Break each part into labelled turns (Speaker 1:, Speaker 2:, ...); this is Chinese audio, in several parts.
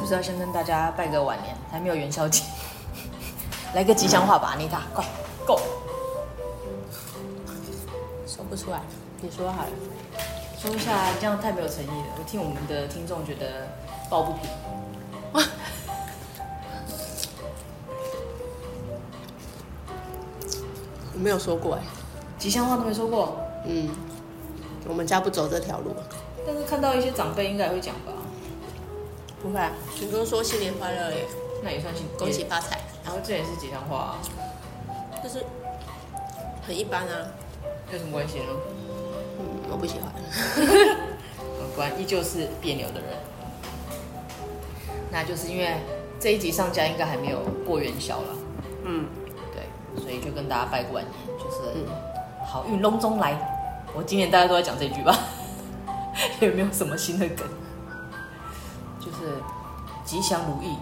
Speaker 1: 不是要先跟大家拜个晚年？还没有元宵节， 来个吉祥话吧，安妮塔，快，Go！说不出来，你说好了，说一下，这样太没有诚意了。我听我们的听众觉得抱不平。
Speaker 2: 我没有说过哎、
Speaker 1: 吉祥话都没说过，
Speaker 2: 嗯，我们家不走这条路。
Speaker 1: 但是看到一些长辈应该也会讲吧？不会、啊，
Speaker 2: 你跟我说新年快乐耶，
Speaker 1: 那也算是
Speaker 2: 恭喜。发财，
Speaker 1: 然后这也是吉祥话、啊，
Speaker 2: 就是很一般啊，
Speaker 1: 有什么关系呢？
Speaker 2: 嗯，我不喜欢。
Speaker 1: 果然依旧是别扭的人。那就是因为这一集上架应该还没有过元宵了，
Speaker 2: 嗯，
Speaker 1: 对，所以就跟大家拜个晚年，就是
Speaker 2: 嗯
Speaker 1: 好运隆中来。我今年大家都在讲这句吧，也没有什么新的梗，就是吉祥如意，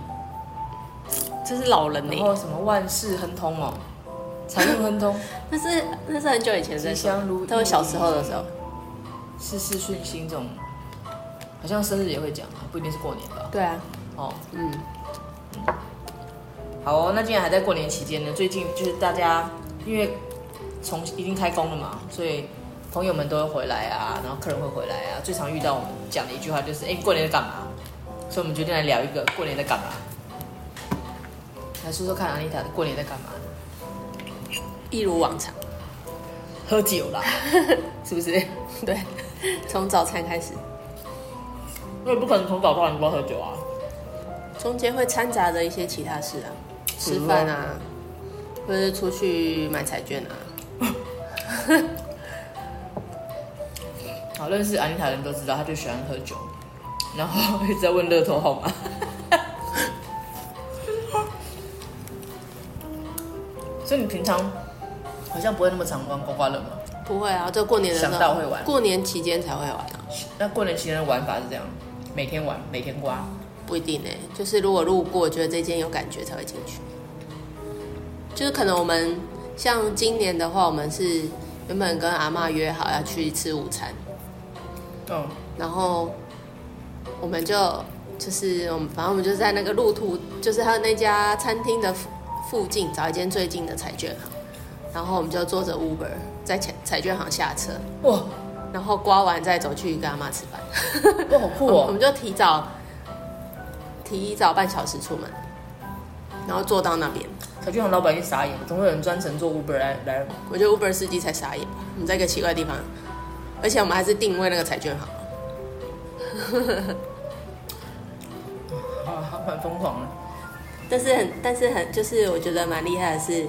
Speaker 2: 这是老人呢、欸
Speaker 1: 然后什么万事亨通哦，财运亨 通，
Speaker 2: 那是那是很久以前在
Speaker 1: 吉
Speaker 2: 说
Speaker 1: 祥如意，
Speaker 2: 在我小时候的时候。
Speaker 1: 事事顺心这种，好像生日也会讲啊，不一定是过年吧？
Speaker 2: 对啊，
Speaker 1: 哦，
Speaker 2: 嗯，
Speaker 1: 好哦，那既然还在过年期间呢，最近就是大家因为从已经开工了嘛，所以朋友们都会回来啊，然后客人会回来啊。最常遇到我们讲的一句话就是：“哎、你过年在干嘛？”所以我们决定来聊一个过年在干嘛。来说说看，安妮塔过年在干嘛？
Speaker 2: 一如往常。
Speaker 1: 喝酒啦， 是不是？
Speaker 2: 对，从早餐开始，
Speaker 1: 我也不可能从早到晚都喝酒啊。
Speaker 2: 中间会掺杂着一些其他事啊，
Speaker 1: 比
Speaker 2: 吃
Speaker 1: 如
Speaker 2: 饭啊，或者是出去买彩券啊。
Speaker 1: 好，认识安妮塔的人都知道，她就喜欢喝酒，然后一直在问乐透号码。 所以你平常好像不会那么常玩刮刮乐嘛？
Speaker 2: 不会啊，就过年的时候
Speaker 1: 想到会玩
Speaker 2: 过年期间才会玩啊，
Speaker 1: 那过年期间的玩法是这样，每天玩，每天刮。
Speaker 2: 不一定呢、欸就是如果路过觉得这间有感觉才会进去，就是可能我们像今年的话，我们是原本跟阿嬷约好要去吃午餐，
Speaker 1: 嗯，
Speaker 2: 然后我们就就是我们反正我们就在那个路途，就是他那家餐厅的附附近找一间最近的彩券行，然后我们就坐着 Uber 在彩彩券行下车，
Speaker 1: 哇
Speaker 2: 然后刮完再走去跟阿妈吃饭。
Speaker 1: 哇，好酷
Speaker 2: 我
Speaker 1: 哦！
Speaker 2: 们就提早提早半小时出门，然后坐到那边。
Speaker 1: 小剧场老板一傻眼，怎么会有人专程做 Uber 来来？
Speaker 2: 我觉得 Uber 司机才傻眼吧，我们在一个奇怪的地方，而且我们还是定位那个彩券行。
Speaker 1: 啊，蛮疯狂的，
Speaker 2: 但是很，但是很，就是我觉得蛮厉害的是，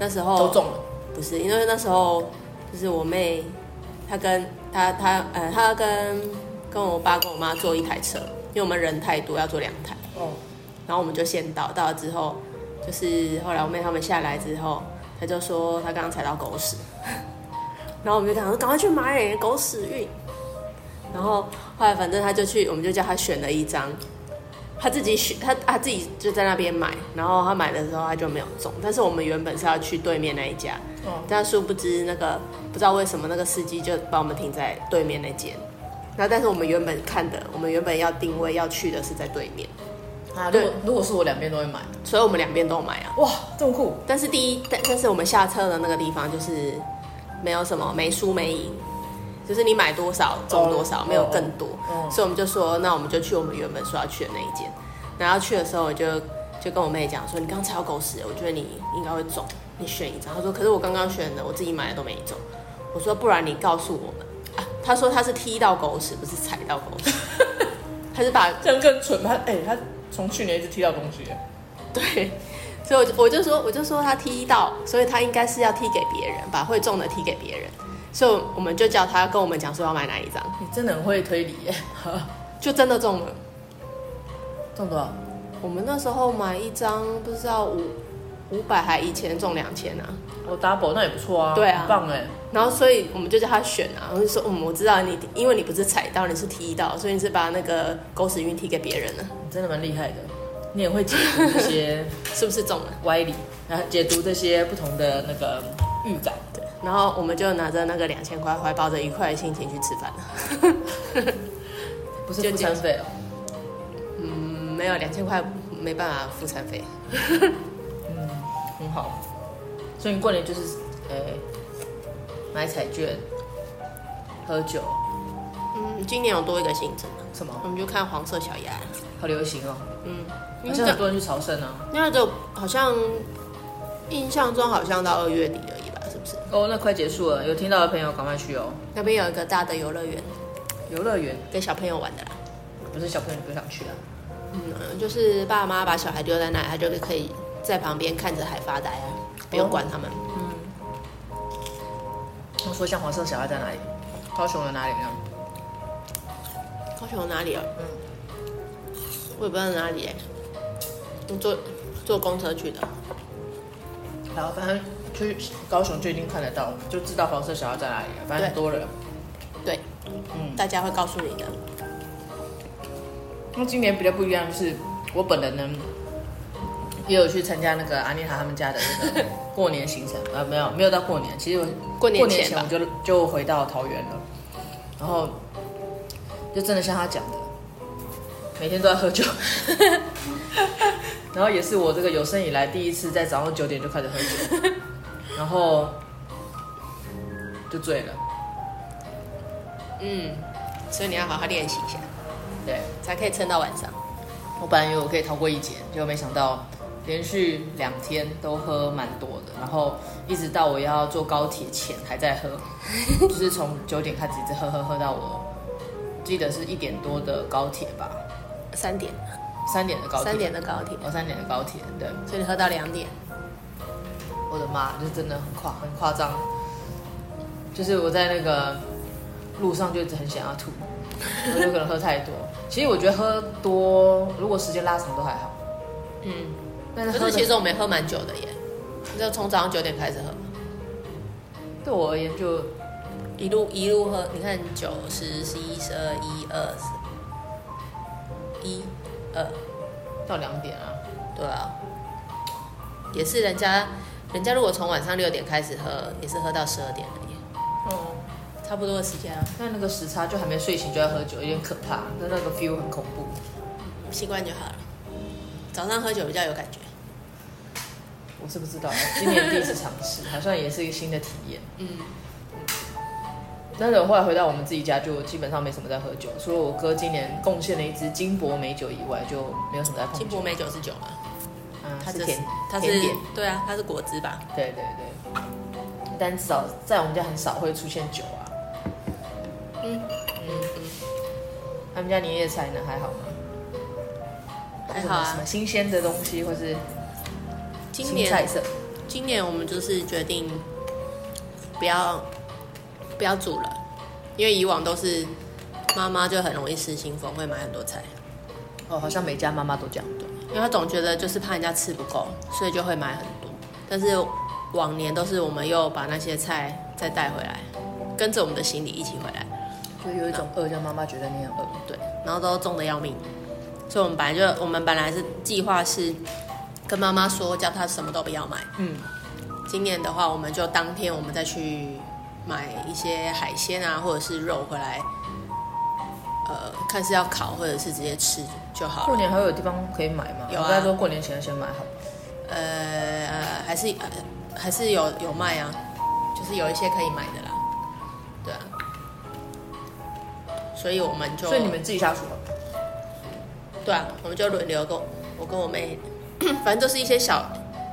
Speaker 2: 那时候
Speaker 1: 都中了。
Speaker 2: 不是，因为那时候就是我妹，她跟她她呃，她跟跟我爸跟我妈坐一台车，因为我们人太多要坐两台，
Speaker 1: 哦，
Speaker 2: 然后我们就先到，到了之后，就是后来我妹他们下来之后，她就说她刚刚踩到狗屎， 然后我们就跟她说赶快去买、狗屎运，然后后来反正她就去，我们就叫她选了一张，她自己选，她她自己就在那边买，然后她买的时候她就没有中，但是我们原本是要去对面那一家，
Speaker 1: 哦，
Speaker 2: 但殊不知那个不知道为什么那个司机就把我们停在对面那间，然后但是我们原本看的，我们原本要定位要去的是在对面，
Speaker 1: 啊，如
Speaker 2: 对
Speaker 1: 果如果是我两边都会买，
Speaker 2: 所以我们两边都有买啊。
Speaker 1: 哇，这么酷，
Speaker 2: 但是第一，但但是我们下车的那个地方就是没有什么没输没赢，就是你买多少中多少，
Speaker 1: 哦
Speaker 2: 没有更多。
Speaker 1: 哦
Speaker 2: 所以我们就说，那我们就去我们原本说要去的那一间。然后去的时候，我就就跟我妹讲说，你刚才有狗屎，我觉得你应该会中，你选一张。她说，可是我刚刚选的，我自己买的都没中。我说，不然你告诉我们。啊，她说她是踢到狗屎，不是踩到狗 屎，她是把
Speaker 1: 这样更蠢吧？他哎、他从去年一直踢到东西耶，
Speaker 2: 对，所以我就我就说我就说他踢到，所以他应该是要踢给别人，把会中的踢给别人。所以我们就叫他跟我们讲说要买哪一张，
Speaker 1: 你真的很会推理 耶，
Speaker 2: 就真的中了。
Speaker 1: 中多少？
Speaker 2: 我们那时候买一张不知道五五百还一千中两千啊，
Speaker 1: 我 double 那也不错啊，
Speaker 2: 对啊
Speaker 1: 很棒哎，
Speaker 2: 然后所以我们就叫他选啊，我就说嗯我知道你，因为你不是踩到，你是踢到，所以你是把那个狗屎运踢给别人了，
Speaker 1: 你真的蛮厉害的，你也会解读这 些
Speaker 2: 是不是中了？
Speaker 1: 歪理，然后解读这些不同的那个预感，对，
Speaker 2: 然后我们就拿着那个两千块，怀抱着愉快的心情去吃饭了。
Speaker 1: 不是
Speaker 2: 就
Speaker 1: 付
Speaker 2: 解
Speaker 1: 餐费哦，
Speaker 2: 嗯，没有两千块没办法付餐费。
Speaker 1: 很好。所以你过年就是，呃、买彩券、喝酒，
Speaker 2: 嗯，今年有多一个行程啊，
Speaker 1: 什么
Speaker 2: 我们就看黄色小鸭。
Speaker 1: 好流行哦，
Speaker 2: 嗯，
Speaker 1: 好像很多人去朝圣啊。
Speaker 2: 那就好像印象中好像到二月底而已吧，是不是？
Speaker 1: 哦，那快结束了，有听到的朋友赶快去哦。
Speaker 2: 那边有一个大的游乐园，
Speaker 1: 游乐园
Speaker 2: 给小朋友玩的啦。
Speaker 1: 不是小朋友不想去啊，
Speaker 2: 嗯，就是爸妈把小孩丢在那里，他就可以在旁边看着海发呆啊，不用管他们。
Speaker 1: 他说像黄色小孩在哪里？高雄有哪里呢？
Speaker 2: 高雄有哪里啊？嗯，我也不知道哪里哎、我坐坐公车去的。
Speaker 1: 然后反正去高雄就一定看得到，就知道黄色小孩在哪里了。反正很多人。
Speaker 2: 对，
Speaker 1: 嗯，
Speaker 2: 大家会告诉你的。
Speaker 1: 那今年比较不一样，就是我本人呢，也有去参加那个阿妮塔他们家的那个过年行程啊，没有没有到过年，其实我
Speaker 2: 过年
Speaker 1: 过年
Speaker 2: 前
Speaker 1: 前
Speaker 2: 吧
Speaker 1: 我就就回到桃园了，然后就真的像他讲的，每天都在喝酒， 然后也是我这个有生以来第一次在早上九点就开始喝酒，然后就醉了，
Speaker 2: 嗯，所以你要好好练习一下，
Speaker 1: 对。
Speaker 2: 才可以撑到晚上。
Speaker 1: 我本来以为我可以逃过一劫，结果没想到连续两天都喝蛮多的，然后一直到我要坐高铁前还在喝， 就是从九点开始一直喝喝喝到我记得是一点多的高铁吧，
Speaker 2: 三点，
Speaker 1: 三点的高铁，
Speaker 2: 三点的高铁，
Speaker 1: 哦三点的高铁，对，
Speaker 2: 所以你喝到两点。
Speaker 1: 我的妈，就真的很夸很夸张，就是我在那个路上就一直很想要吐，我就可能喝太多，其实我觉得喝多如果时间拉长都还好，
Speaker 2: 嗯，
Speaker 1: 但是
Speaker 2: 可
Speaker 1: 喝
Speaker 2: 是
Speaker 1: 得
Speaker 2: 其实我们喝蛮久的耶，就从早上九点开始喝嘛，
Speaker 1: 对我而言就。
Speaker 2: 一路一路喝。你看九十十一十二一二十一二，
Speaker 1: 到两点啊，
Speaker 2: 对啊，也是人家人家如果从晚上六点开始喝，也是喝到十二点的耶，
Speaker 1: 哦，
Speaker 2: 差不多的时间啊，
Speaker 1: 那那个时差就还没睡醒就要喝酒，有点可怕，那那个 feel 很恐怖。
Speaker 2: 习惯就好了。早上喝酒比较有感觉。
Speaker 1: 我是不知道，今年第一次尝试，好像也是一个新的体验。
Speaker 2: 嗯，
Speaker 1: 但是我后来回到我们自己家，就基本上没什么在喝酒，除了我哥今年贡献了一支金箔美酒以外，就没有什么在碰酒。
Speaker 2: 金箔美哦酒是酒嘛，
Speaker 1: 啊，
Speaker 2: 它
Speaker 1: 是
Speaker 2: 就是
Speaker 1: 甜，
Speaker 2: 它是
Speaker 1: 甜点，
Speaker 2: 对啊，它是果汁吧？
Speaker 1: 对对对。但至少在我们家很少会出现酒啊。
Speaker 2: 嗯
Speaker 1: 他们家年夜菜呢，还好吗？
Speaker 2: 还好
Speaker 1: 有什么什
Speaker 2: 啊
Speaker 1: 么。新鲜的东西或是
Speaker 2: 今
Speaker 1: 新
Speaker 2: 年
Speaker 1: 菜色？
Speaker 2: 今年我们就是决定不要不要煮了，因为以往都是妈妈就很容易失心疯，会买很多菜，
Speaker 1: 哦，好像每家妈妈都这样。对，
Speaker 2: 因为她总觉得就是怕人家吃不够，所以就会买很多。但是往年都是我们又把那些菜再带回来，跟着我们的行李一起回来，
Speaker 1: 就有一种饿，叫妈妈觉得你很饿。
Speaker 2: 对，然后都重的要命，所以我们本来就我们本来是计划是跟妈妈说叫她什么都不要买。
Speaker 1: 嗯，
Speaker 2: 今年的话，我们就当天我们再去买一些海鲜啊，或者是肉回来，呃，看是要烤或者是直接吃就好
Speaker 1: 过
Speaker 2: 了。
Speaker 1: 年还有地方可以买吗？
Speaker 2: 有啊
Speaker 1: 我大家都过年前先买好。
Speaker 2: 呃，呃还是、呃还是有有卖啊，就是有一些可以买的啦，对啊。所以我们就，
Speaker 1: 所以你们自己下厨吗？
Speaker 2: 对啊，我们就轮流跟我我跟我妹， 反正都是一些小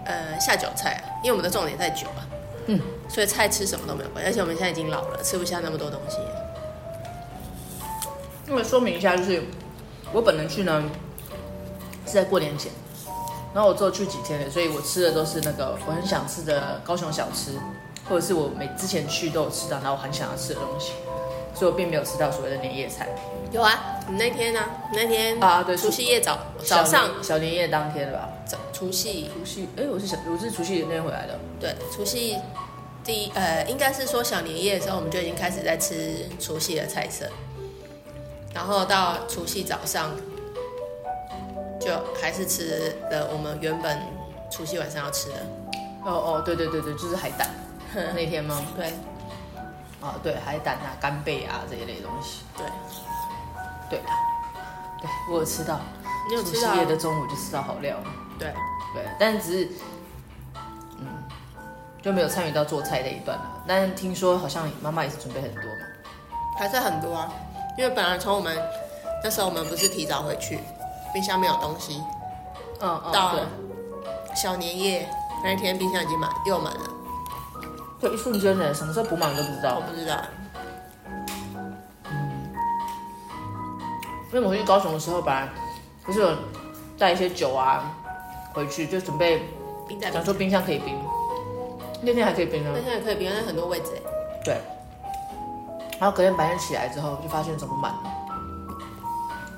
Speaker 2: 呃下酒菜、啊，因为我们的重点在酒啊，
Speaker 1: 嗯，
Speaker 2: 所以菜吃什么都没有关系，而且我们现在已经老了，吃不下那么多东西了。
Speaker 1: 那么说明一下，就是我本人去呢是在过年前，然后我只有去几天的，所以我吃的都是那个我很想吃的高雄小吃，或者是我每之前去都有吃到，然后我很想要吃的东西，所以我并没有吃到所谓的年夜菜。
Speaker 2: 有啊，你那天呢、啊？你那天
Speaker 1: 啊对
Speaker 2: 除夕夜早早
Speaker 1: 小
Speaker 2: 上
Speaker 1: 年小年夜当天的吧？
Speaker 2: 早除夕，
Speaker 1: 除夕，哎，我是小我是除夕那天回来的。
Speaker 2: 对，除夕第一呃，应该是说小年夜的时候，我们就已经开始在吃除夕的菜色，然后到除夕早上就还是吃了我们原本除夕晚上要吃的，
Speaker 1: 哦哦，对对对对，就是海胆那天 吗？
Speaker 2: 对
Speaker 1: 啊，对，海胆啊、干贝啊这一类东西。
Speaker 2: 对，
Speaker 1: 对啊，对我有吃到，
Speaker 2: 你有
Speaker 1: 除
Speaker 2: 吃
Speaker 1: 夕
Speaker 2: 到
Speaker 1: 夜的中午就吃到好啊料，
Speaker 2: 对，
Speaker 1: 对，但只是嗯就没有参与到做菜那一段了。但听说好像妈妈也是准备很多嘛，
Speaker 2: 还是很多啊。因为本来从我们那时候我们不是提早回去，冰箱没有东西，
Speaker 1: 嗯
Speaker 2: 到
Speaker 1: 嗯，
Speaker 2: 小年夜那一天冰箱已经满又满了，
Speaker 1: 对，就一瞬间的，什么时候补满我都不知道
Speaker 2: 我。不知道。
Speaker 1: 因为我们回去高雄的时候，本来不是有带一些酒啊回去，就准备
Speaker 2: 冰袋
Speaker 1: 想说冰箱可以冰，那天还可以冰啊
Speaker 2: 那。现在可以冰箱很多位置欸，
Speaker 1: 对。然后隔天白天起来之后，就发现怎么满了。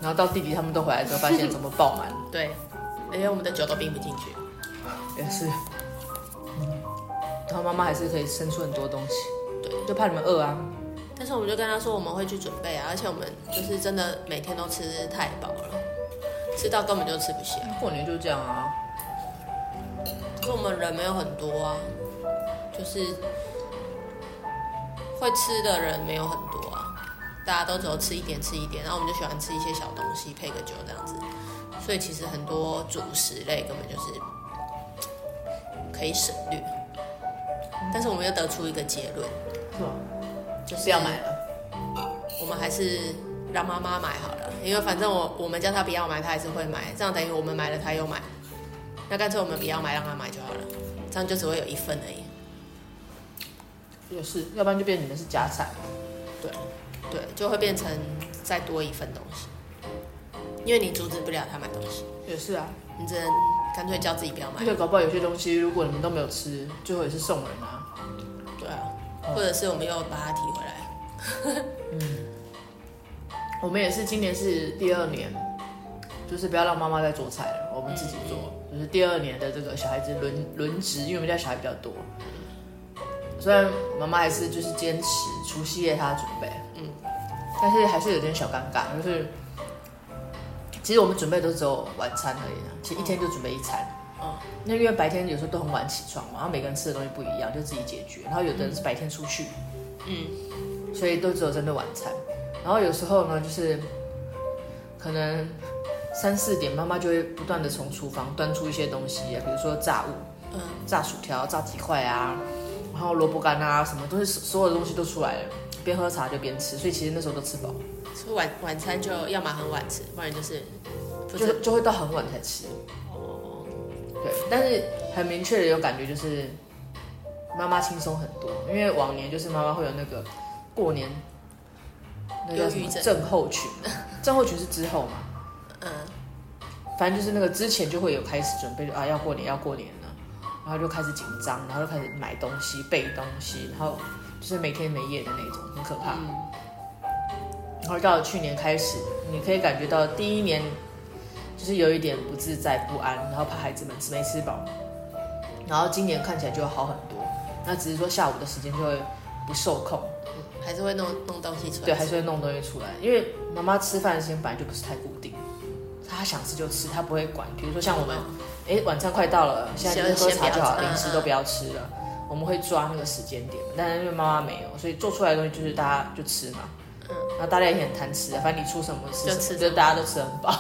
Speaker 1: 然后到弟弟他们都回来之后，发现怎么爆满了。
Speaker 2: 对，而哎且我们的酒都冰不进去。
Speaker 1: 也是。嗯然后妈妈还是可以生出很多东西，
Speaker 2: 对，
Speaker 1: 就怕你们饿啊。
Speaker 2: 但是我们就跟他说我们会去准备啊，而且我们就是真的每天都吃太饱了，吃到根本就吃不下。
Speaker 1: 过年就这样啊，
Speaker 2: 可是我们人没有很多啊，就是会吃的人没有很多啊，大家都只有吃一点吃一点，然后我们就喜欢吃一些小东西配个酒这样子，所以其实很多主食类根本就是可以省略。但是我们又得出一个结论，
Speaker 1: 是吧？
Speaker 2: 就是
Speaker 1: 不要买了。
Speaker 2: 我们还是让妈妈买好了，因为反正我我们叫她不要买，她还是会买，这样等于我们买了她又买，那干脆我们不要买，让她买就好了，这样就只会有一份而已。
Speaker 1: 也是，要不然就变你们是家产。
Speaker 2: 对，对，就会变成再多一份东西，因为你阻止不了她买东西，
Speaker 1: 也是啊，
Speaker 2: 你只能干脆叫自己不要买
Speaker 1: 而。且搞不好有些东西，如果你们都没有吃，最后也是送人啊。
Speaker 2: 对啊，
Speaker 1: 嗯
Speaker 2: 或者是我们又把它提回来。
Speaker 1: 我们也是，今年是第二年，就是不要让妈妈再做菜了，我们自己做。
Speaker 2: 嗯
Speaker 1: 就是第二年的这个小孩子轮轮值，因为我们家小孩比较多。虽然妈妈还是就是坚持除夕夜她准备，嗯，但是还是有点小尴尬，就是其实我们准备都只有晚餐而已啦，其实一天就准备一餐。
Speaker 2: 嗯
Speaker 1: 那因为白天有时候都很晚起床嘛，然后每个人吃的东西不一样，就自己解决。然后有的人是白天出去，
Speaker 2: 嗯，
Speaker 1: 所以都只有针对晚餐。然后有时候呢，就是可能三四点，妈妈就会不断的从厨房端出一些东西，啊比如说炸物、
Speaker 2: 嗯
Speaker 1: 炸薯条、炸鸡块啊，然后萝卜干啊，什么都是所有的东西都出来了。边喝茶就边吃，所以其实那时候都吃饱，
Speaker 2: 所以晚晚餐就要么很晚吃，不然就是不
Speaker 1: 就是就会到很晚才吃。
Speaker 2: 哦，
Speaker 1: 对，但是很明确的有感觉就是妈妈轻松很多，因为往年就是妈妈会有那个过年那叫什
Speaker 2: 忧
Speaker 1: 么
Speaker 2: 郁症
Speaker 1: 症候群， 症候群是之后嘛，
Speaker 2: 嗯，
Speaker 1: 反正就是那个之前就会有开始准备啊，要过年要过年了，然后就开始紧张，然后就开始买东西备东西，然后就是没天没夜的那种，很
Speaker 2: 嗯
Speaker 1: 可怕。然后到了去年开始，你可以感觉到第一年就是有一点不自在不安，然后怕孩子们吃没吃饱，然后今年看起来就好很多，那只是说下午的时间就会不受控，
Speaker 2: 还是会弄弄东西出来吃。
Speaker 1: 对，还是会弄东西出来，因为妈妈吃饭的时间本来就不是太固定，她想吃就吃，她不会管。比如说像我们，哎、晚餐快到了，现在就是喝茶就好，
Speaker 2: 先不要吃
Speaker 1: 零食都不要吃了。我们会抓那个时间点，但是因为妈妈没有，所以做出来的东西就是大家就吃嘛。
Speaker 2: 嗯
Speaker 1: 然后大家也很贪吃啊，反正你出什么吃
Speaker 2: 就
Speaker 1: 什么，
Speaker 2: 吃什
Speaker 1: 就
Speaker 2: 么
Speaker 1: 大家都吃很饱。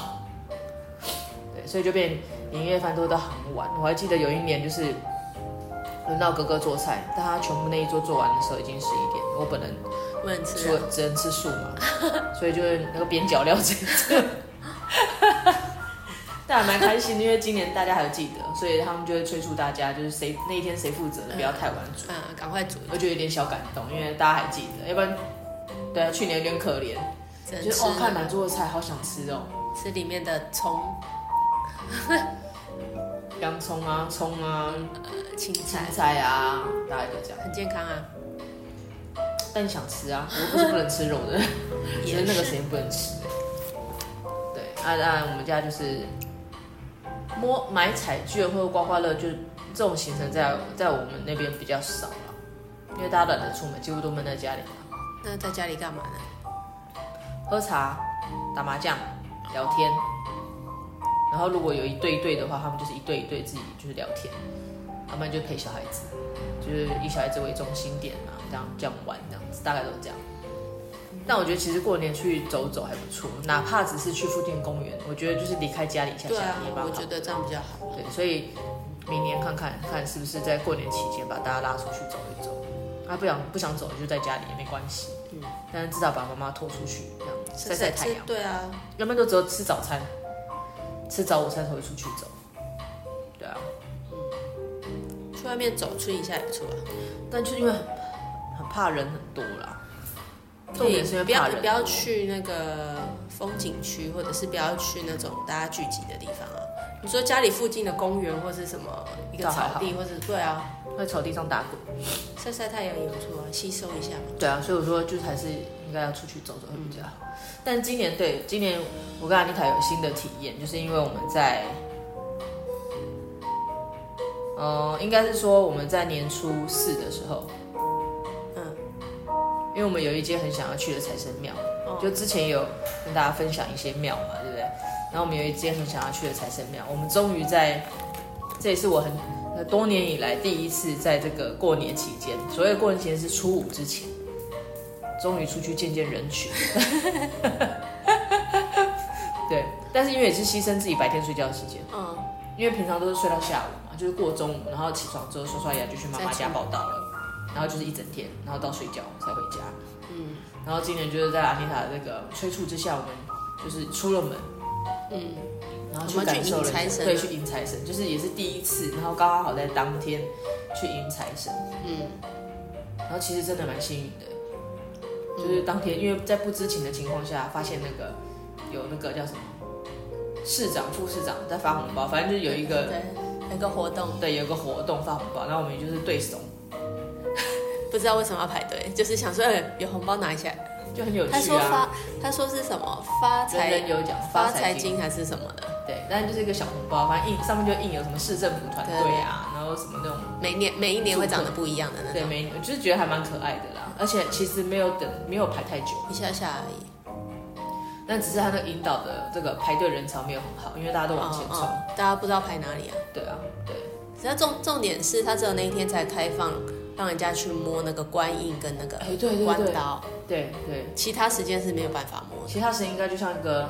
Speaker 1: 对，所以就变年夜饭都到很晚。我还记得有一年就是轮到哥哥做菜，但他全部那一桌做完的时候已经十一点，我本人
Speaker 2: 不能吃
Speaker 1: 除
Speaker 2: 啊
Speaker 1: 了。只能吃素嘛，所以就是那个边角料只能吃。但还蛮开心，因为今年大家还有记得，所以他们就会催促大家，就是谁那一天谁负责的，不要太晚煮。
Speaker 2: 嗯，赶快煮，
Speaker 1: 我觉得有点小感动，因为大家还记得，要不然对啊，去年有点可怜，
Speaker 2: 只能
Speaker 1: 就
Speaker 2: 吃
Speaker 1: 是哦，看满桌的菜，好想吃哦，
Speaker 2: 吃里面的葱、
Speaker 1: 洋葱啊、葱啊、
Speaker 2: 呃青
Speaker 1: 芹
Speaker 2: 菜，
Speaker 1: 菜啊，大概就这样。
Speaker 2: 很健康啊。
Speaker 1: 但想吃啊，我又不是不能吃肉 的人。只是那个时间不能吃。对，啊，当然我们家就是摸买彩券或者刮刮乐，就是这种行程在在我们那边比较少了，因为大家懒得出门，几乎都闷在家里嘛，
Speaker 2: 那在家里干嘛呢？
Speaker 1: 喝茶、打麻将、聊天。然后如果有一对一对的话，他们就是一对一对自己就是聊天，他们就陪小孩子，就是以小孩子为中心点啊，这样这样玩这样子，大概都是这样。
Speaker 2: 嗯，
Speaker 1: 但我觉得其实过年去走走还不错，哪怕只是去附近公园，我觉得就是离开家里一下
Speaker 2: 对
Speaker 1: 下
Speaker 2: 啊
Speaker 1: 也，蛮好
Speaker 2: 我。觉得这样比较好。
Speaker 1: 对，所以明年看看看是不是在过年期间把大家拉出去走一走。啊，不想不想走就在家里也没关系，
Speaker 2: 嗯
Speaker 1: 嗯，但是至少把妈妈拖出去，这样晒晒太
Speaker 2: 吃
Speaker 1: 阳，
Speaker 2: 对啊，
Speaker 1: 要不然就只有吃早餐，吃早午餐才会出去走。对啊，
Speaker 2: 去外面走春一下也不错啊。
Speaker 1: 但就是因为很很怕人很多啦，重
Speaker 2: 所以
Speaker 1: 点是因为
Speaker 2: 不要
Speaker 1: 怕人
Speaker 2: 不要去那个风景区，或者是不要去那种大家聚集的地方啊。你说家里附近的公园或是什么一个
Speaker 1: 倒还
Speaker 2: 草地，或者对啊，
Speaker 1: 会朝地上打滚。
Speaker 2: 晒晒太阳也不错啊，吸收一下嘛。
Speaker 1: 对啊，所以我说就是还是应该要出去走走会比较好。但今年对今年我跟阿妮塔有新的体验，就是因为我们在，呃，应该是说我们在年初四的时候，
Speaker 2: 嗯，
Speaker 1: 因为我们有一间很想要去的财神庙，
Speaker 2: 哦
Speaker 1: 就之前有跟大家分享一些庙嘛，对不对？然后我们有一间很想要去的财神庙，我们终于在，这也是我很呃多年以来第一次在这个过年期间，所谓的过年期间是初五之前，终于出去见见人群。 对，但是因为也是牺牲自己白天睡觉的时间，
Speaker 2: 嗯，
Speaker 1: 因为平常都是睡到下午嘛，就是过中午，然后起床之后刷刷牙就去妈妈家报道了，然后就是一整天，然后到睡觉才回家。
Speaker 2: 嗯
Speaker 1: 然后今年就是在阿妮塔的这个催促之下，我们就是出了门，
Speaker 2: 嗯，
Speaker 1: 然后
Speaker 2: 我
Speaker 1: 去
Speaker 2: 们去
Speaker 1: 感受了
Speaker 2: 迎财
Speaker 1: 一下，
Speaker 2: 神
Speaker 1: 对，
Speaker 2: 啊
Speaker 1: 去迎财神，就是也是第一次，然后刚好在当天去迎财神，
Speaker 2: 嗯，
Speaker 1: 然后其实真的蛮幸运的，
Speaker 2: 嗯
Speaker 1: 就是当天因为在不知情的情况下，发现那个有那个叫什么市长、副市长在发红包，反正就是有一个
Speaker 2: 嗯对一个活动，
Speaker 1: 对有一个活动发红包，然后我们就是对手，
Speaker 2: 不知道为什么要排队，就是想说，哎，有红包拿一下。
Speaker 1: 就很有
Speaker 2: 他
Speaker 1: 趣
Speaker 2: 说
Speaker 1: 啊。
Speaker 2: 发，他说是什么发
Speaker 1: 人
Speaker 2: 财
Speaker 1: 人有奖，
Speaker 2: 发
Speaker 1: 发
Speaker 2: 财
Speaker 1: 财金。
Speaker 2: 金还是什么的，
Speaker 1: 对，但就是一个小红包，反正印上面就印有什么市政府团队啊，然后什么那种，
Speaker 2: 每年每一年会长得不一样的那
Speaker 1: 对，
Speaker 2: 种，
Speaker 1: 没，我就是觉得还蛮可爱的啦。而且其实没有等，没有排太久，
Speaker 2: 一下下而已。
Speaker 1: 但只是他那个引导的这个排队人潮没有很好，因为大家都往前冲。
Speaker 2: 嗯嗯大家不知道排哪里啊。
Speaker 1: 对啊，对，
Speaker 2: 只要重重点是，它只有那一天才开放，让人家去摸那个官印跟那个
Speaker 1: 哎对对对
Speaker 2: 官刀，
Speaker 1: 对对，
Speaker 2: 其他时间是没有办法摸的。
Speaker 1: 其他时间应该就像一个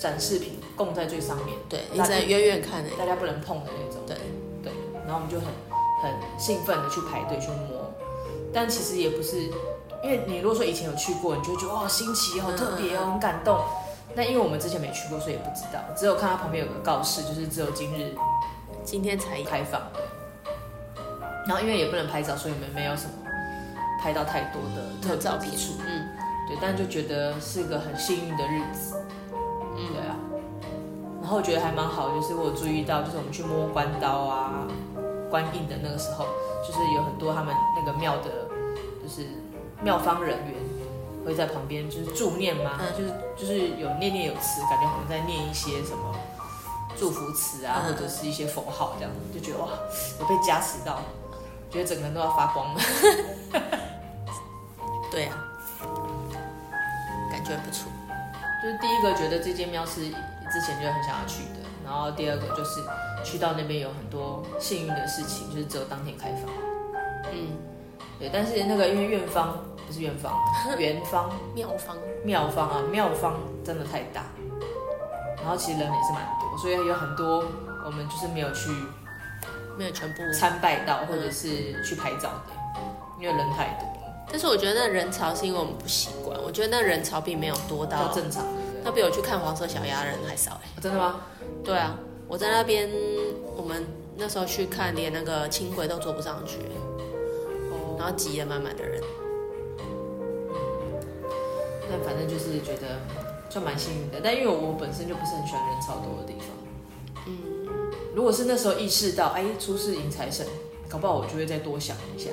Speaker 1: 展示品，供在最上面，
Speaker 2: 对，你
Speaker 1: 那
Speaker 2: 只能远远看而已。
Speaker 1: 大家不能碰的那种。
Speaker 2: 对，
Speaker 1: 对，然后我们就很很兴奋的去排队去摸，但其实也不是，因为你如果说以前有去过，你就会觉得哇新奇，好特别哦，很感动。那因为我们之前没去过，所以也不知道，只有看到旁边有个告示，就是只有今日
Speaker 2: 今天才有
Speaker 1: 开放的。然后因为也不能拍照，所以我们没有什么拍到太多的特
Speaker 2: 特
Speaker 1: 别
Speaker 2: 照
Speaker 1: 之
Speaker 2: 片
Speaker 1: 处。，
Speaker 2: 嗯，
Speaker 1: 对，但就觉得是个很幸运的日子，
Speaker 2: 嗯
Speaker 1: 对啊。然后我觉得还蛮好，就是我有注意到，就是我们去摸关刀啊、关印的那个时候，就是有很多他们那个庙的，就是庙方人员会在旁边就是助念嘛，
Speaker 2: 嗯
Speaker 1: 就是就是有念念有词，感觉好像在念一些什么祝福词啊，
Speaker 2: 嗯
Speaker 1: 或者是一些佛号这样，就觉得哇，有被加持到，觉得整个人都要发光了。
Speaker 2: 对啊，感觉不错。
Speaker 1: 就是第一个觉得这间庙是之前就很想要去的，然后第二个就是去到那边有很多幸运的事情，就是只有当天开放。
Speaker 2: 嗯，
Speaker 1: 对，但是那个因为院方不是院方， 园方
Speaker 2: 妙方，
Speaker 1: 庙方啊，庙方真的太大，然后其实人也是蛮多，所以有很多我们就是没有去
Speaker 2: 没有全部。
Speaker 1: 参拜到，或者是去拍照的，因为人太多，
Speaker 2: 但是我觉得那人潮是因为我们不习惯，我觉得那人潮并没有多
Speaker 1: 比较
Speaker 2: 到，
Speaker 1: 正常，对不对？
Speaker 2: 那比我去看黄色小鸭人还少哎、
Speaker 1: 真的吗？
Speaker 2: 对啊，我在那边，我们那时候去看，连那个轻轨都坐不上去，
Speaker 1: 哦，
Speaker 2: 然后挤得满满的人。
Speaker 1: 但反正就是觉得就蛮幸运的，但因为我本身就不是很喜欢人超多的地方。
Speaker 2: 嗯，
Speaker 1: 如果是那时候意识到，哎，出事迎财神，搞不好我就会再多想一下。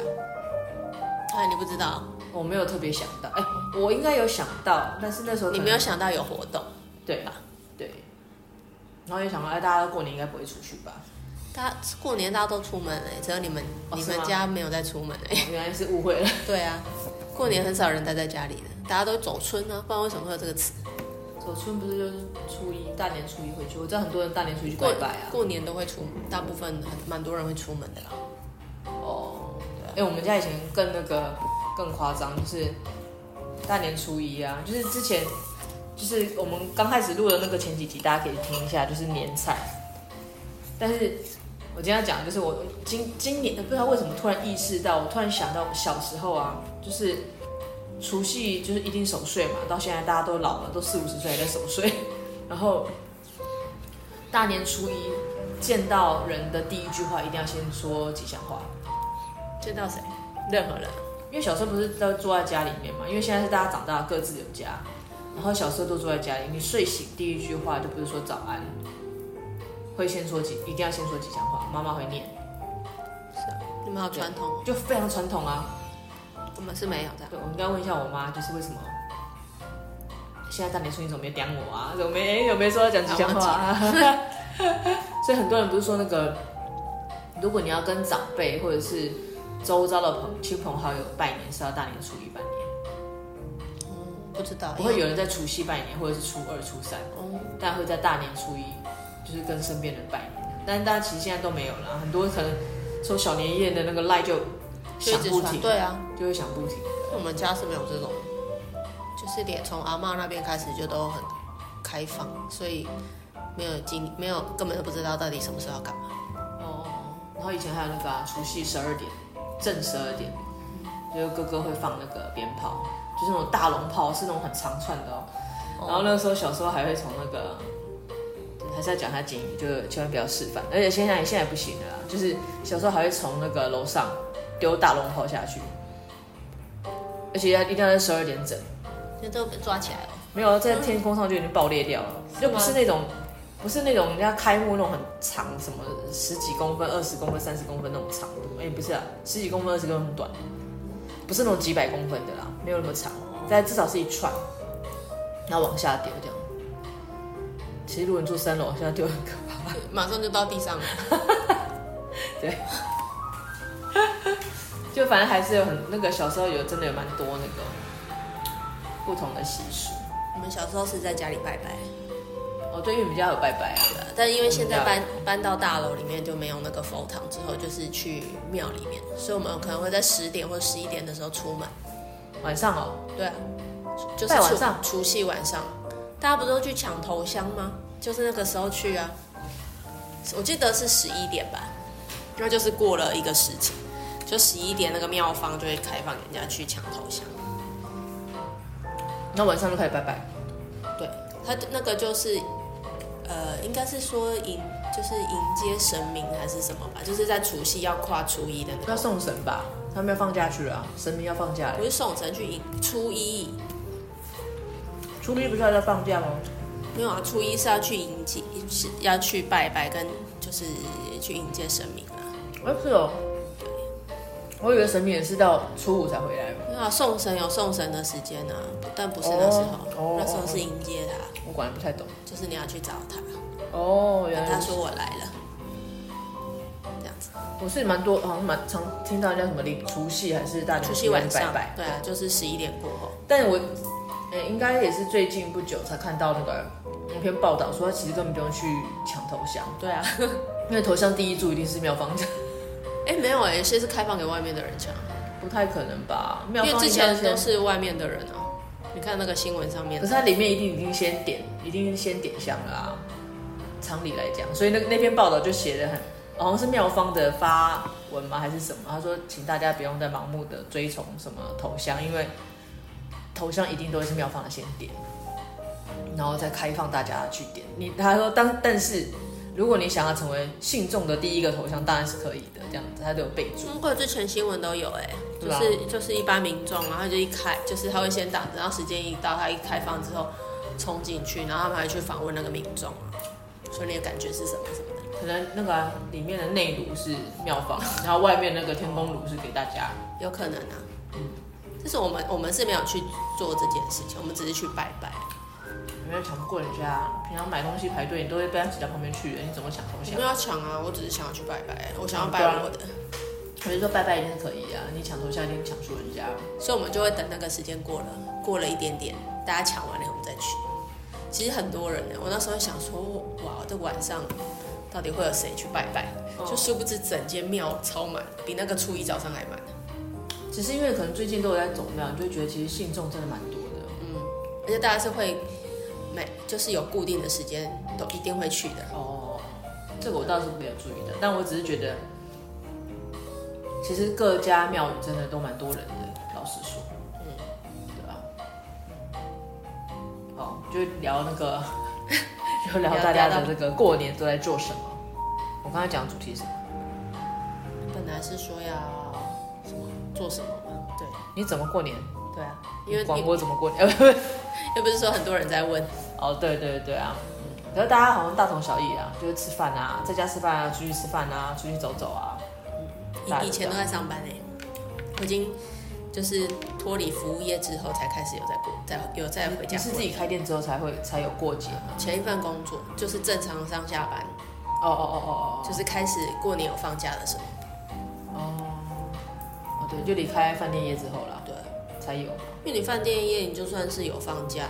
Speaker 2: 哎，你不知道，
Speaker 1: 我没有特别想到，哎，我应该有想到，但是那时候可
Speaker 2: 你
Speaker 1: 能
Speaker 2: 没有想到有活动，
Speaker 1: 对吧？对。然后就想到，哎，大家过年应该不会出去吧？
Speaker 2: 大家过年大家都出门哎、只有你们、
Speaker 1: 哦
Speaker 2: 你
Speaker 1: 是
Speaker 2: 们
Speaker 1: 吗
Speaker 2: 家没有在出门 哎、
Speaker 1: 原来是误会了。
Speaker 2: 对啊，过年很少人待在家里的，大家都走村啊，不然为什么会有这个词？
Speaker 1: 走春不是就是初一，大年初一回去？我知道很多人大年初一去
Speaker 2: 过
Speaker 1: 拜拜啊。
Speaker 2: 过年都会出门，大部分很蛮多人会出门的啦。
Speaker 1: 哦，对啊。哎，我们家以前更那个更夸张，就是大年初一啊，就是之前就是我们刚开始录的那个前几集，大家可以听一下，就是年菜。但是我今天要讲，就是我今今年不知道为什么突然意识到，我突然想到小时候啊，就是除夕就是一定守岁嘛，到现在大家都老了，都四五十岁还在守岁，然后大年初一见到人的第一句话一定要先说吉祥话。
Speaker 2: 见到谁？任何人。
Speaker 1: 因为小时候不是都坐在家里面嘛，因为现在是大家长大各自有家，然后小时候都坐在家里，你睡醒第一句话就不是说早安，会先说几，一定要先说吉祥话，妈妈会念，
Speaker 2: 你们好传统哦，
Speaker 1: 就非常传统啊。
Speaker 2: 我们是没有这样。
Speaker 1: 对，我应该问一下我妈，就是为什么现在大年初一怎么没点我啊？怎么没有没说要讲吉祥话、啊？ 所以很多人不是说那个，如果你要跟长辈或者是周遭的朋亲朋好友拜年，是要大年初一拜年。
Speaker 2: 嗯，不知道。
Speaker 1: 不会有人在除夕拜年，或者是初二、初三，
Speaker 2: 哦，
Speaker 1: 大家会在大年初一，就是跟身边人拜年。但是大家其实现在都没有了，很多可能说小年夜的那个赖就
Speaker 2: 就一
Speaker 1: 想
Speaker 2: 直
Speaker 1: 不
Speaker 2: 传
Speaker 1: 停，
Speaker 2: 对啊，
Speaker 1: 就会想不停。
Speaker 2: 我们家是没有这种，就是连从阿嬷那边开始就都很开放，所以没有经没有根本就不知道到底什么时候要干嘛。
Speaker 1: 哦，然后以前还有那个、啊、除夕十二点，正十二点，就是哥哥会放那个鞭炮，就是那种大龙炮，是那种很长串的哦。然后那个时候小时候还会从那个，对还是要讲他建议，就是千万不要示范，而且现在现在不行了啦，就是小时候还会从那个楼上丢大龙炮下去，而且要一定要在十二点整，
Speaker 2: 那都被抓起来了。
Speaker 1: 没有在天空上就已经爆裂掉了，就不是那种不是那种人家开幕那种很长，什么十几公分、二十公分、三十公分那种长度，哎、不是啊，十几公分、二十公分很短，不是那种几百公分的啦，没有那么长，但至少是一串，然后往下丢这样。其实如果你住三楼往下丢很可怕，
Speaker 2: 马上就到地上了。
Speaker 1: 就反正还是有很那个小时候有真的有蛮多那个不同的习俗。
Speaker 2: 我们小时候是在家里拜拜，
Speaker 1: 哦，对，因为我们家有拜拜啊，
Speaker 2: 但因为现在搬搬到大楼里面就没有那个佛堂，之后就是去庙里面，所以我们可能会在十点或十一点的时候出门。
Speaker 1: 晚上哦，
Speaker 2: 对啊，就是
Speaker 1: 拜晚
Speaker 2: 除
Speaker 1: 上
Speaker 2: 除夕晚上，大家不都去抢头香吗？就是那个时候去啊，我记得是十一点吧，那就是过了一个时辰，就十一点那个庙方就会开放人家去抢头香。
Speaker 1: 那晚上就开始拜拜。
Speaker 2: 对，他那个就是，呃，应该是说迎，就是迎接神明还是什么吧，就是在除夕要跨初一的那
Speaker 1: 要
Speaker 2: 个，
Speaker 1: 送神吧？他们要放假去了啊、神明要放假了
Speaker 2: 不。是送神去迎初一，
Speaker 1: 初一不是还在放假吗？
Speaker 2: 没有啊，初一是要去迎接，是要去拜拜跟就是去迎接神明啊。
Speaker 1: 哎、不是哦，我以为神明也是到初五才回来嘛。
Speaker 2: 没有啊，送神有送神的时间啊，但不是那时候，
Speaker 1: 哦哦
Speaker 2: 那时候是迎接他，
Speaker 1: 我果然不太懂。
Speaker 2: 就是你要去找他，
Speaker 1: 哦，原
Speaker 2: 跟
Speaker 1: 来
Speaker 2: 他
Speaker 1: 是
Speaker 2: 说我来了，这样子。
Speaker 1: 我是蛮多，好像蛮常听到人家什么临除夕还是大年
Speaker 2: 除
Speaker 1: 初
Speaker 2: 夕
Speaker 1: 一
Speaker 2: 晚上，
Speaker 1: 拜拜。
Speaker 2: 对啊，就是十一点过后。
Speaker 1: 但我，呃、应该也是最近不久才看到那个一篇报道说，他其实根本不用去抢头香，
Speaker 2: 对 啊，
Speaker 1: 因为头香第一注一定是庙方 的，
Speaker 2: 哎、没有哎、有些是开放给外面的人抢，啊
Speaker 1: 不太可能吧？
Speaker 2: 因
Speaker 1: 庙
Speaker 2: 为
Speaker 1: 方
Speaker 2: 之
Speaker 1: 应该
Speaker 2: 前都是外面的人啊。你看那个新闻上面
Speaker 1: 可，是它里面一定已经先点，一定先点香啦、常理来讲，所以那那篇报道就写的很，好像是妙方的发文吗还是什么？他说，请大家不用再盲目的追从什么头香，因为头香一定都是妙方的先点，然后再开放大家去点。你他说当但是如果你想要成为信众的第一个头香，当然是可以的，这样子他就有备注。
Speaker 2: 中国之前新闻都有哎、
Speaker 1: 对
Speaker 2: 就
Speaker 1: 啊
Speaker 2: 是就是一般民众，然后就一开，就是他会先打，然后时间一到，他一开放之后冲进去，然后他们还去访问那个民众啊，说你的感觉是什么什么的，
Speaker 1: 可能那个啊、里面的内炉是妙方，然后外面那个天宫炉是给大家。
Speaker 2: 有可能啊。就是我们我们是没有去做这件事情，我们只是去拜拜。
Speaker 1: 没有抢不过人家，平常买东西排队，你都会被他挤到旁边去哎的，你怎么抢头
Speaker 2: 我
Speaker 1: 香
Speaker 2: 没？有要抢啊，我只是想要去拜拜，我想要拜
Speaker 1: 对啊
Speaker 2: 我的，
Speaker 1: 我就说拜拜一定是可以啊，你抢头香一定抢输人家。
Speaker 2: 所以我们就会等那个时间过了，过了一点点，大家抢完了我们再去。其实很多人呢，我那时候想说，哇，这晚上到底会有谁去拜拜？
Speaker 1: 嗯
Speaker 2: 就殊不知整间庙超满，比那个初一早上还满。
Speaker 1: 嗯只是因为可能最近都有在走庙，你就会觉得其实信众真的蛮多
Speaker 2: 且大家是会每就是有固定的时间都一定会去的。
Speaker 1: 哦，这个我倒是没有注意的，但我只是觉得，其实各家庙宇真的都蛮多人的，老实说，嗯，对吧？好，就聊那个， 就聊大家的这个过年都在做什么。我刚才讲的主题是什么？
Speaker 2: 本来是说要什么做什么嘛，对
Speaker 1: 你怎么过年？
Speaker 2: 对啊，因为
Speaker 1: 管
Speaker 2: 你
Speaker 1: 我嗯怎么过 年？呃，
Speaker 2: 又不是说很多人在问，
Speaker 1: 哦，对对对啊，嗯，可是大家好像大同小异啊，就是吃饭啊，在家吃饭啊，出去吃饭啊，出去走走啊，大家
Speaker 2: 以以前都在上班哎、我已经就是脱离服务业之后才开始有在过，在有在回
Speaker 1: 你
Speaker 2: 家
Speaker 1: 是
Speaker 2: 过
Speaker 1: 自己开店之后才会才有过节吗？
Speaker 2: 前一份工作就是正常上下班，
Speaker 1: 哦哦哦哦哦，
Speaker 2: 就是开始过年有放假的时候，
Speaker 1: 哦，哦对，就离开饭店业之后啦，
Speaker 2: 对，
Speaker 1: 才有。
Speaker 2: 因为你饭店业你就算是有放假，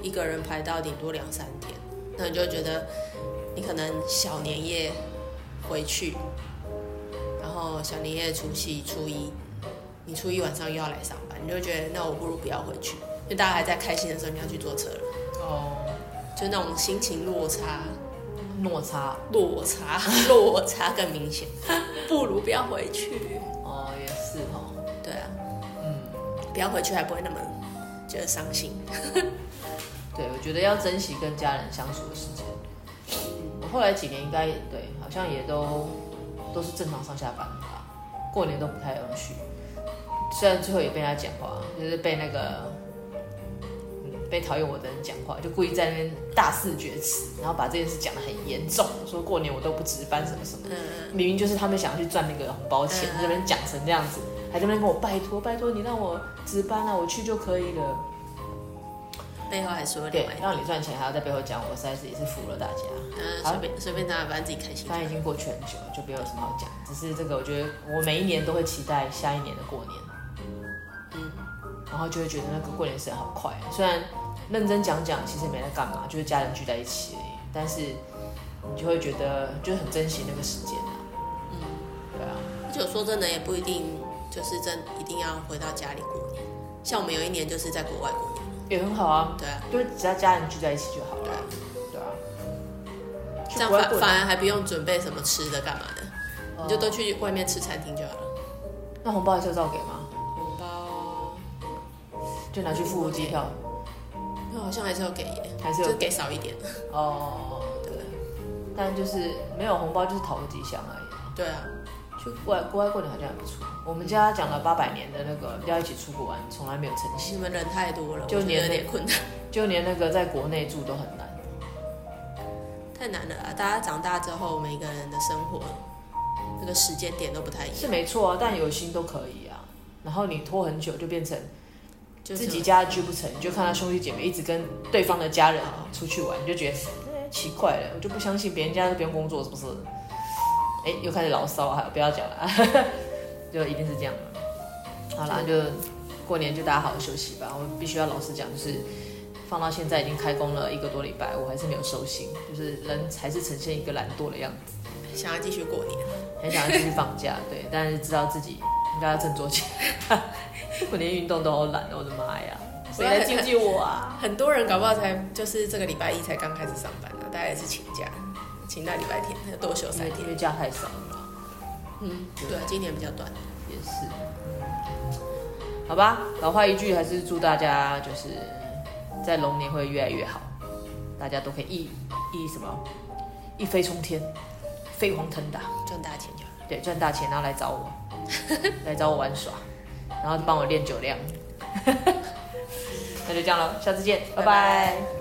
Speaker 2: 一个人排到顶多两三天，那你就会觉得你可能小年夜回去，然后小年夜除夕初一，你初一晚上又要来上班，你就会觉得那我不如不要回去，因为大家还在开心的时候你要去坐车了，
Speaker 1: 哦，
Speaker 2: 就那种心情落差。
Speaker 1: 落差，
Speaker 2: 落差，落差更明显，不如不要回去。
Speaker 1: 哦也是哦，
Speaker 2: 对啊，
Speaker 1: 嗯，
Speaker 2: 不要回去还不会那么觉得伤心。
Speaker 1: 对，我觉得要珍惜跟家人相处的时间。我后来几年应该也对，好像也都都是正常上下班的吧，过年都不太容许。虽然最后也被他讲话，就是被那个。嗯被讨厌我的人讲话，就故意在那边大肆厥词，然后把这件事讲得很严重，说过年我都不值班什么什么的
Speaker 2: 嗯，
Speaker 1: 明明就是他们想要去赚那个红包钱，
Speaker 2: 嗯
Speaker 1: 这边讲成这样子，还在那边跟我拜托拜托你让我值班啊，我去就可以了。
Speaker 2: 背后还说另
Speaker 1: 对
Speaker 2: 外，一个，
Speaker 1: 让你赚钱还要在背后讲，我实在是也是服了大家。
Speaker 2: 嗯，
Speaker 1: 好
Speaker 2: 随便随便拿，反正自己开心就
Speaker 1: 刚
Speaker 2: 好。
Speaker 1: 才已经过去很久，就没有什么好讲。只是这个，我觉得我每一年都会期待下一年的过年，
Speaker 2: 嗯，
Speaker 1: 然后就会觉得那个过年时间好快。啊虽然认真讲讲，其实也没在干嘛，就是家人聚在一起而已。但是你就会觉得就是很珍惜那个时间啊。嗯，对啊。
Speaker 2: 而且我说真的，也不一定就是真一定要回到家里过年。像我们有一年就是在国外过年，
Speaker 1: 也很好啊，
Speaker 2: 对啊，
Speaker 1: 就是只要家人聚在一起就好
Speaker 2: 对
Speaker 1: 了
Speaker 2: 啊，，
Speaker 1: 对啊。啊去
Speaker 2: 这样
Speaker 1: 国外过
Speaker 2: 反
Speaker 1: 年哦嗯
Speaker 2: 反而还不用准备什么吃的干嘛的，你就都去外面吃餐厅就好了。
Speaker 1: 那红包还是要照给吗？
Speaker 2: 红包，
Speaker 1: 就拿去付机票。
Speaker 2: 那好像还是要给耶，
Speaker 1: 还是有
Speaker 2: 就给少一点。
Speaker 1: 哦，对。但就是没有红包，就是讨个吉祥而已啊。
Speaker 2: 对啊，
Speaker 1: 去国外国外过年好像也不错。我们家讲了八百年的那个要一起出国玩，从来没有成
Speaker 2: 你
Speaker 1: 型，
Speaker 2: 们人太多了，
Speaker 1: 就
Speaker 2: 我觉得有
Speaker 1: 连
Speaker 2: 点困难，
Speaker 1: 就连那个在国内住都很难。
Speaker 2: 太难了啊！大家长大之后，每个人的生活那个时间点都不太一样，
Speaker 1: 是没错啊，但有心都可以啊。然后你拖很久，就变成
Speaker 2: 就是
Speaker 1: 自己家聚不成，你就看他兄弟姐妹一直跟对方的家人出去玩，你就觉得、哎奇怪了，我就不相信别人家都不用工作是不是？哎，又开始牢骚啊，不要讲了 啊，就一定是这样的。好啦，就过年就大家好好休息吧。我必须要老实讲，就是放到现在已经开工了一个多礼拜，我还是没有收心，就是人还是呈现一个懒惰的样子，
Speaker 2: 想要继续过年，
Speaker 1: 很想要继续放假， 对，但是知道自己应该要振作起来。我连运动都好懒，哦我的妈呀！谁来救救我啊？
Speaker 2: 很多人搞不好才就是这个礼拜一才刚开始上班呢、啊大家也是请假，请到礼拜天，那多休
Speaker 1: 因
Speaker 2: 三
Speaker 1: 为
Speaker 2: 天
Speaker 1: 因。为假太少了啦，
Speaker 2: 嗯，对啊，今年比较短。
Speaker 1: 也是。好吧，老话一句，还是祝大家就是在龙年会越来越好，大家都可以一一什么一飞冲天，飞黄腾达，
Speaker 2: 赚大钱就好了。
Speaker 1: 对，赚大钱，然后来找我，来找我玩耍， 然后帮我练酒量。那就这样了，下次见，拜拜
Speaker 2: 拜